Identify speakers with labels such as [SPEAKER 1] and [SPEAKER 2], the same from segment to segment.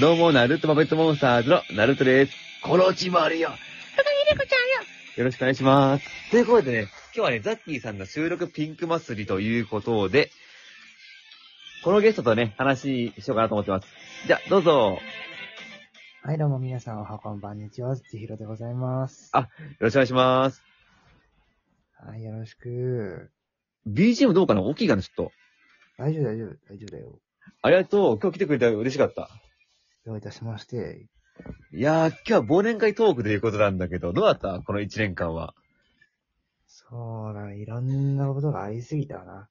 [SPEAKER 1] どうも、ナルトパペットモンスターズのナルトです。コロチマルよ。
[SPEAKER 2] 高木猫ちゃんよ。
[SPEAKER 1] よろしくお願いします。ということでね、今日はね、ザッキーさんの収録ピンク祭りということで、このゲストとね、話しようかなと思ってます。じゃあ、どうぞ。よ
[SPEAKER 3] はい、どうも皆さん、おはこんばんにちは、ちひろでございます。
[SPEAKER 1] ろしくお願いします。
[SPEAKER 3] はい、よろしく。
[SPEAKER 1] BGM どうかな大きいかな、ちょっと。
[SPEAKER 3] 大丈夫、大丈夫、大丈夫だよ。
[SPEAKER 1] ありがとう。今日来てくれて嬉しかった。
[SPEAKER 3] どういたしまして。
[SPEAKER 1] いやー、今日は忘年会トークということなんだけど、どうだったこの1年間は。
[SPEAKER 3] そうだね、いろんなことがありすぎたな。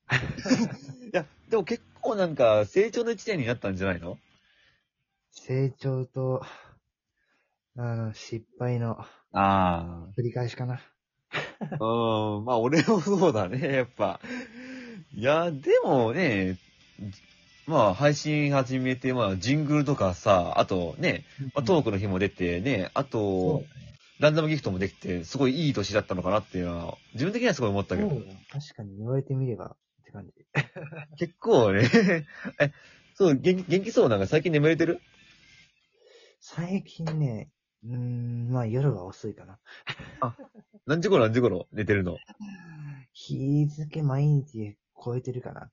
[SPEAKER 1] いや、でも結構なんか、成長の1年になったんじゃないの
[SPEAKER 3] 成長と、あの、失敗の
[SPEAKER 1] あ
[SPEAKER 3] 繰り返しかな。
[SPEAKER 1] あ。うん、まあ俺もそうだね、 やっぱ。いや、でもね、まあ配信始めて、まあジングルとかさ、あとね、まあ、トークの日も出てね、あ
[SPEAKER 3] そ
[SPEAKER 1] と、ランダムギフトもできて、すごいいい年だったのかなっていうのは、自分的にはすごい思った
[SPEAKER 3] う
[SPEAKER 1] け
[SPEAKER 3] だ
[SPEAKER 1] ど。
[SPEAKER 3] ね。確かに言われてみれば、って感じ。
[SPEAKER 1] 結構ね、 え、そう、元気、元気そうなんか最近眠れてる
[SPEAKER 3] 最近ね、うーん、まあ夜は遅いかな。
[SPEAKER 1] 何時頃何時頃寝てるの
[SPEAKER 3] 日付毎日超えてるかな。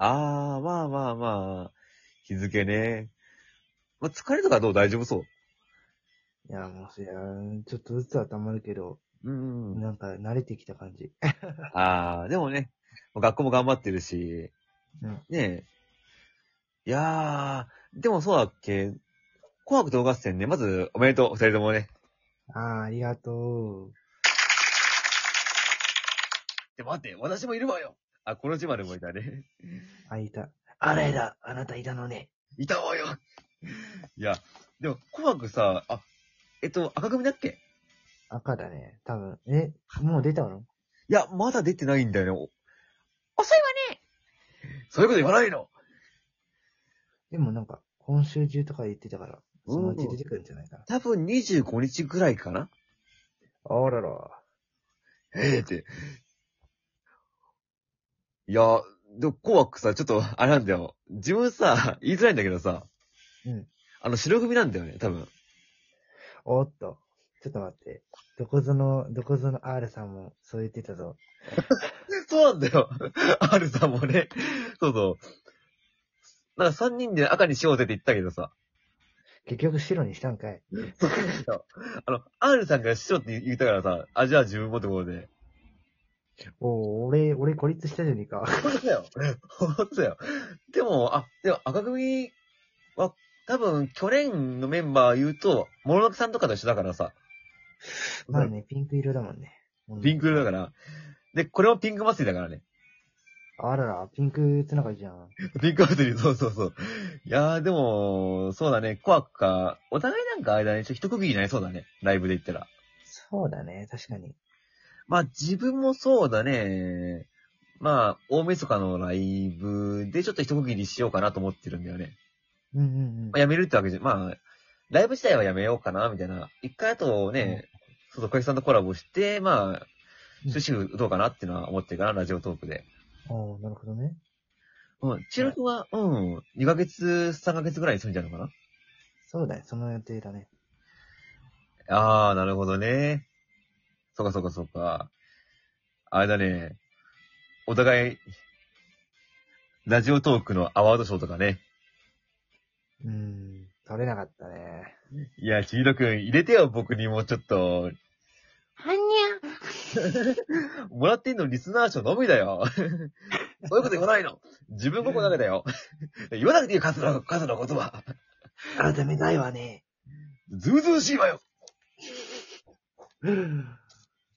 [SPEAKER 1] ああ、まあまあまあ、日付ね。まあ、疲れとかどう大丈夫そう
[SPEAKER 3] いや、もうそりゃ、ちょっとずつは溜まるけど、
[SPEAKER 1] うんうん。
[SPEAKER 3] なんか慣れてきた感じ。
[SPEAKER 1] ああ、でもね、学校も頑張ってるし、
[SPEAKER 3] うん
[SPEAKER 1] ねえ。いやー、でもそうだっけ、紅白動画戦ね、まずおめでとう、二人ともね。
[SPEAKER 3] ああ、ありがとう。
[SPEAKER 1] で、待って、私もいるわよあ、この字までもいたね。
[SPEAKER 3] あ、いた。あらいだ、あなたいたのね。
[SPEAKER 1] いたわよいや、でも紅白さ、あ、えっと、赤組だっけ
[SPEAKER 3] 赤だね、多分。え、もう出たの
[SPEAKER 1] いや、まだ出てないんだよね。遅いわねそういうこと言わないの
[SPEAKER 3] でもなんか、今週中とか言ってたから、
[SPEAKER 1] うん
[SPEAKER 3] そのうち出てくるんじゃないかな。
[SPEAKER 1] 多分25日ぐらいかな
[SPEAKER 3] あらら。
[SPEAKER 1] ええって。いや、でも、紅白さ、ちょっと、あれなんだよ。自分さ、言いづらいんだけどさ、
[SPEAKER 3] うん。
[SPEAKER 1] あの、白組なんだよね、多分。
[SPEAKER 3] おっと。ちょっと待って。どこぞの、どこぞの R さんもそう言ってたぞ。
[SPEAKER 1] そうなんだよ。R さんもね。そうそう。なんか3人で赤にしようぜって言ったけどさ。
[SPEAKER 3] 結局白にしたんかい。
[SPEAKER 1] あの、R さんがしろって言ったからさ、あ、じゃあ自分もってことで。
[SPEAKER 3] おー、俺、俺孤立したじゃねえか。
[SPEAKER 1] 本当だよ。 本当だよ。でも、あ、でも赤組は、多分、去年のメンバー言うと、モノノクさんとかと一緒だからさ。
[SPEAKER 3] まあね、ピンク色だもんね。
[SPEAKER 1] ピンク色だか
[SPEAKER 3] か
[SPEAKER 1] ら。で、これもピンク祭りだからね。
[SPEAKER 3] ら。あらら、ピンクつながりじゃん。
[SPEAKER 1] ピンク祭り、そうそうそう。いやー、でも、そうだね、怖くか。お互いなんか間にちょっと一区切りになりそうだね。ライブで言ったら。
[SPEAKER 3] そうだね、確かに。
[SPEAKER 1] まあ、自分もそうだね。まあ、大晦日のライブでちょっと一区切りしようかなと思ってるんだよね。
[SPEAKER 3] うんうんうん
[SPEAKER 1] まあ、。やめるってわけじゃ、まあ、ライブ自体はやめようかな、みたいな。一回あとね、そうそう、小池さんとコラボして、まあ、終始どうかなっていうのは思ってるかな、ラジオトークで。
[SPEAKER 3] おー、なるほどね。
[SPEAKER 1] うん、チルトは、うん、2ヶ月、3ヶ月ぐらい住んじゃうのかな
[SPEAKER 3] そうだよ、その予定だね。
[SPEAKER 1] ああ、なるほどね。そっかそっかそっか。あれだね。お互い、ラジオトークのアワードショーとかね。
[SPEAKER 3] うーん、取れなかったね。
[SPEAKER 1] いや、ちびろくん、入れてよ、僕にもちょっと。
[SPEAKER 2] はんにゃ。
[SPEAKER 1] もらってんのリスナー賞のみ だよ。そういうこと言わないの。自分ここだけだよ。言わなくていいよ、数の、数の言葉。
[SPEAKER 3] 改めたいわ ね。
[SPEAKER 1] ずうずうしいわよ。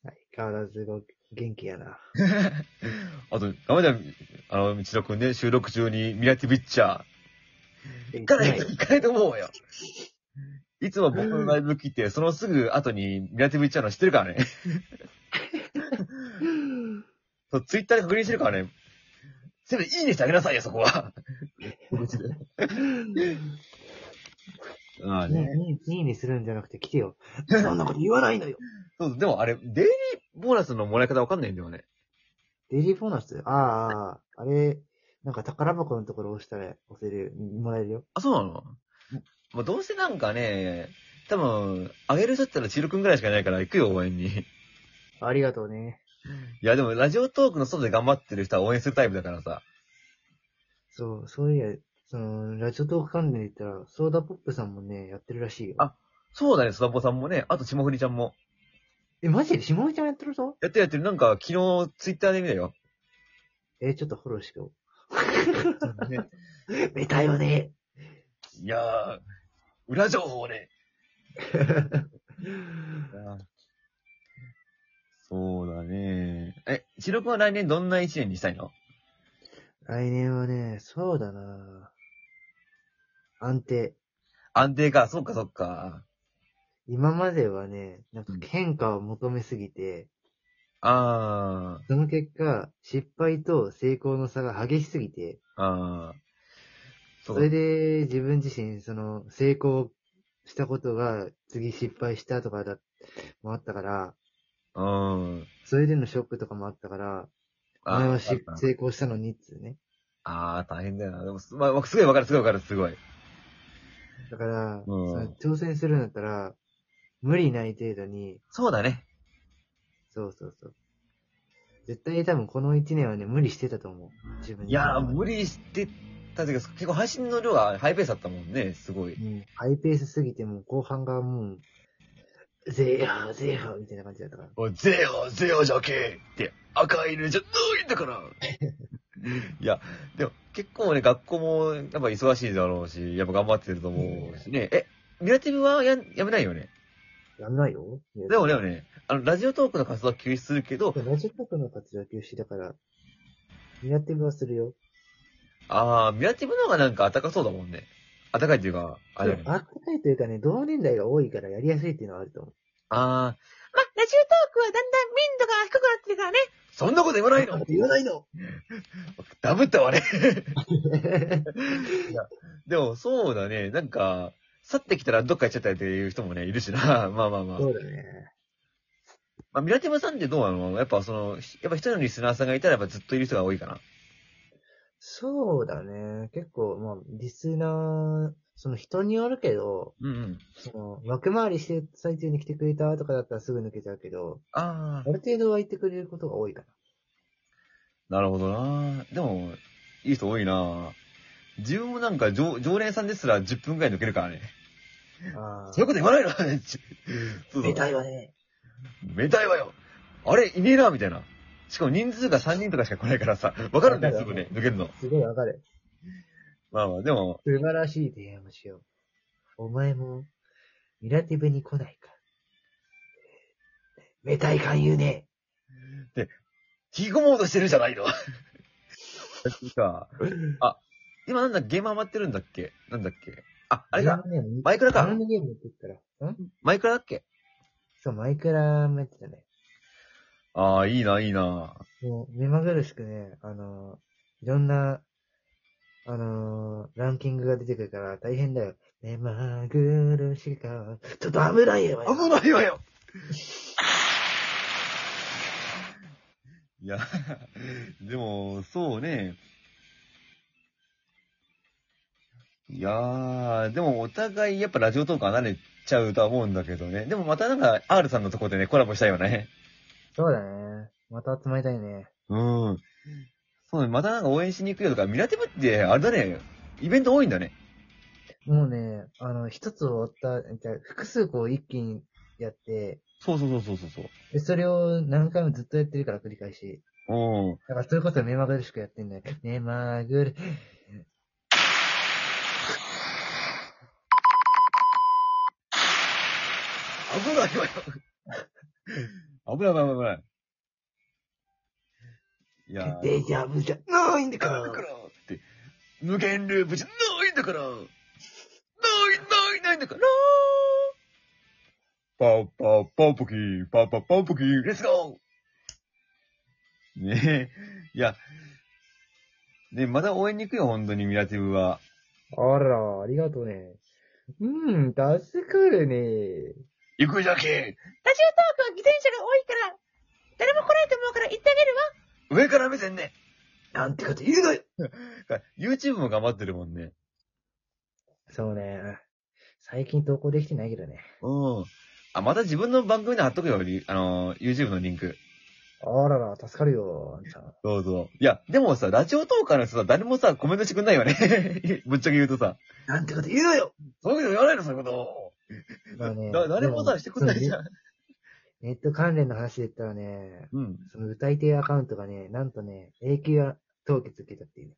[SPEAKER 3] はい、変わらずご元気やな。
[SPEAKER 1] あと、ダメだよ、あの、みちろくんね、収録中にミラティビッチャー。
[SPEAKER 3] 行
[SPEAKER 1] 行かないと、行かないと思うわよ。いつも僕のライブ来て、そのすぐ後にミラティブ行っちゃうの知ってるからね。そう、ツイッターで確認してるからね。せめていいねしてあげなさいよ、そこは。 ああね。
[SPEAKER 3] いいいいねするんじゃなくて来てよ。そんなこと言わないのよ。
[SPEAKER 1] そう、でもあれ、デイリーボーナスのもらい方わかんないんだよね。
[SPEAKER 3] デイリーボーナスああ、あれ、なんか宝箱のところ押したら押せる、もらえるよ。
[SPEAKER 1] あ、そうなのまあ、どうせなんかね、多分、あげる人って言ったらチルくんぐらいしかいないから行くよ、応援に。い
[SPEAKER 3] ありがとうね。
[SPEAKER 1] や、でも、ラジオトークの外で頑張ってる人は応援するタイプだからさ。
[SPEAKER 3] そう、そういや、その、ラジオトーク関連で言ったら、ソーダポップさんもね、やってるらしいよ。
[SPEAKER 1] あそうだね、スワポさんもね、あと、霜降りちゃんも。
[SPEAKER 3] え、マジで下森ちゃんやってるぞ
[SPEAKER 1] やってるやってる、なんか、昨日、ツイッターで見たよ。
[SPEAKER 3] え、ちょっとフォローしよ
[SPEAKER 1] ね
[SPEAKER 3] う。見たよね。
[SPEAKER 1] いやー、裏情報ね。 そうだね。え、チルくんは来年どんな一年にしたいの
[SPEAKER 3] 来年はね、そうだな安定。
[SPEAKER 1] 安定か、そっかそっか。
[SPEAKER 3] 今まではね、なんか
[SPEAKER 1] うん
[SPEAKER 3] 変化を求めすぎて、
[SPEAKER 1] あー、
[SPEAKER 3] その結果、失敗と成功の差が激しすぎて、
[SPEAKER 1] あー。そ
[SPEAKER 3] それで自分自身、その、成功したことが、次失敗したとかだ、もあったから、
[SPEAKER 1] うん。
[SPEAKER 3] それでのショックとかもあったから、
[SPEAKER 1] あ
[SPEAKER 3] 前は
[SPEAKER 1] ー
[SPEAKER 3] し成功したのにっつうね。
[SPEAKER 1] あー、大変だよな。でも、すまあ、すごいわかる、すごいわかる、すごい。
[SPEAKER 3] だから、
[SPEAKER 1] うん
[SPEAKER 3] その挑戦するんだったら、無理ない程度に、
[SPEAKER 1] そうだね。
[SPEAKER 3] そうそうそう。絶対多分この1年はね、無理してたと思う。自分
[SPEAKER 1] いやー、無
[SPEAKER 3] 理。
[SPEAKER 1] 理してたというか、結構配信の量がハイペースだったもんね、すごい。
[SPEAKER 3] うん。ハイペースすぎてもう後半がもう、ゼーハー、ゼーハーみたいな感じだったから。
[SPEAKER 1] おいゼオ、ゼオじゃけーって、赤犬じゃないんだから。 いや、でも結構ね、学校もやっぱ忙しいだろうし、やっぱ頑張ってると思うしね。え、ミラティブはややめないよね。
[SPEAKER 3] やんないよ。いや
[SPEAKER 1] でもね、でもね、あの、ラジオトークの活動は休止するけど、
[SPEAKER 3] ラジオ局の活動休止だから、ミラティブはするよ。
[SPEAKER 1] あー、ミラティブの方がなんか暖かそうだもんね。暖かいっていうか、あれだよね。
[SPEAKER 3] あったかいというかね、同年代が多いからやりやすいっていうのはあると思う。
[SPEAKER 1] あー、
[SPEAKER 2] ま、ラジオトークはだんだん民度が低くなってるからね。
[SPEAKER 1] そんなこと言わないの
[SPEAKER 3] 言わないの
[SPEAKER 1] ダブったわね。でもそうだね、なんか、去ってきたらどっか行っちゃったりっていう人もね、いるしな。 まあまあまあ。
[SPEAKER 3] そうだね。
[SPEAKER 1] まあ、ミラティブさんってどうなのやっぱその、やっぱ一人のリスナーさんがいたらやっぱずっといる人が多いかな。
[SPEAKER 3] そうだね。結構、まあ、リスナー、その人によるけど、
[SPEAKER 1] うんうん。
[SPEAKER 3] その、幕回りしてる最中に来てくれたとかだったらすぐ抜けちゃうけど、
[SPEAKER 1] ああ、
[SPEAKER 3] ある程度は言ってくれることが多いか
[SPEAKER 1] なるほどな。でも、いい人多いな。自分もなんか常常連さんですら10分くらい抜けるからね。
[SPEAKER 3] な。ああ
[SPEAKER 1] そういうこと言わないの そう
[SPEAKER 3] 出
[SPEAKER 1] そ
[SPEAKER 3] た
[SPEAKER 1] う。
[SPEAKER 3] いわね。
[SPEAKER 1] めたいわよ。あれ、いねえな、みたいな。しかも人数が3人とかしか来ないからさ、わかるんだよ、すぐね、抜けるの。
[SPEAKER 3] すごいわかる。
[SPEAKER 1] まあまあ、でも、
[SPEAKER 3] 素晴らしい提案をしよう。お前も、ミラティブに来ないか。めたい勧誘ね。
[SPEAKER 1] 引き込もうとしてるじゃないの。か。あ、今なんだ、ゲームハマってるんだっけなんだっけあ、あれか。
[SPEAKER 3] ね、
[SPEAKER 1] マイクラ
[SPEAKER 3] 自
[SPEAKER 1] か
[SPEAKER 3] 分。のゲームやってったら。ん
[SPEAKER 1] マイクラだっけ
[SPEAKER 3] そう、マイクラもやってたね。
[SPEAKER 1] ああ、いいな、いいな。
[SPEAKER 3] もう、目まぐるしくね、あのーいろんな、あのーランキングが出てくるから大変だよ。目まぐるしか、ちょっと危ないよ、
[SPEAKER 1] 危ないわよいや、でも、そうね。いやー、でもお互いやっぱラジオトーク離れちゃうとは思うんだけどね。でもまたなんか R さんのとこでね、コラボしたいよね。
[SPEAKER 3] そうだね。また集まりたいね。
[SPEAKER 1] うん。そうね、またなんか応援しに行くよとか、ミラティブってあれだね、イベント多いんだね。
[SPEAKER 3] もうね、あの、一つ終わった、じゃあ複数個を一気にやって、
[SPEAKER 1] そうそうそうそうそうそう。
[SPEAKER 3] で、それを何回もずっとやってるから繰り返し。
[SPEAKER 1] うん。
[SPEAKER 3] だからそれこそ目まぐるしくやってんだよ。目まぐる。
[SPEAKER 1] 危ないわよ。危ない危ない危ない。いやー、
[SPEAKER 3] デジャブじゃないんだか
[SPEAKER 1] だからって、無限ループじゃないんだから、ないないないんだから、パッパッパッポキー、パッパッパッポキー、レッツゴーねえ、いや、ねまだ応援に行くよ、本当に、ミラティブは。
[SPEAKER 3] あら、ありがとうね。うん、助かるね。
[SPEAKER 1] 行くじ
[SPEAKER 2] ラジオトーク
[SPEAKER 1] ゃけ
[SPEAKER 2] は自転車が多いから、誰も来ないと思うから行ってあげるわ。
[SPEAKER 1] 上から目線ね
[SPEAKER 3] なんてこと言うのよ
[SPEAKER 1] YouTube も頑張ってるもんね。
[SPEAKER 3] そうね。最近投稿できてないけどね。
[SPEAKER 1] うん。あ、また自分の番組に貼っとくよ、りあのー、YouTube のリンク。
[SPEAKER 3] あらら、助かるよ、あんちゃん。
[SPEAKER 1] どうぞ。いや、でもさ、ラジオトーカーの人さ、誰もさ、コメントしてくんないよね。 ぶっちゃけ言うとさ。
[SPEAKER 3] なんてこと言うなよ
[SPEAKER 1] そういうこと言わないの、そういうこ
[SPEAKER 3] まあね
[SPEAKER 1] と。だ誰もさ、してくんないじゃん。
[SPEAKER 3] でもネット関連の話で言ったらね、
[SPEAKER 1] うん。
[SPEAKER 3] その歌い手アカウントがね、なんとね、永久凍結受けたっていうね。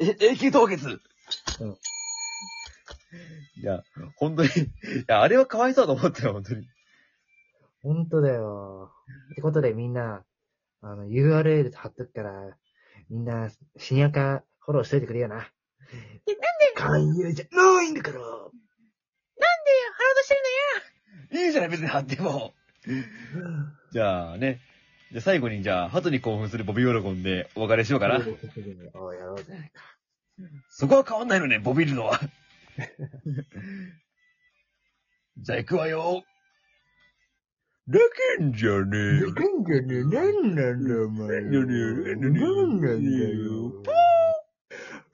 [SPEAKER 1] え、え永久凍結
[SPEAKER 3] うん
[SPEAKER 1] いや、本当に。いや、あれはかわいそうだと思ったよ、本当に。
[SPEAKER 3] ほんとだよ。ってことでみんな、あの、URL 貼っとくから、みんな、深夜化フォローしといてくれよな。
[SPEAKER 2] え
[SPEAKER 3] 勧誘じゃないんだから
[SPEAKER 2] 腹落としてるのよ。
[SPEAKER 1] いいじゃない、別に貼っても。じゃあね。じゃあ最後に、じゃあ、鳩に興奮するボビー喜んでお別れしようかな。
[SPEAKER 3] おうやろうぜ。
[SPEAKER 1] そこは変わんないのね、ボビるの は。じゃあ行くわよ。できんじゃねえよ。
[SPEAKER 3] んじゃねなんなんだお
[SPEAKER 1] な
[SPEAKER 3] 前
[SPEAKER 1] んなんだよなんなんだよ
[SPEAKER 3] ぽー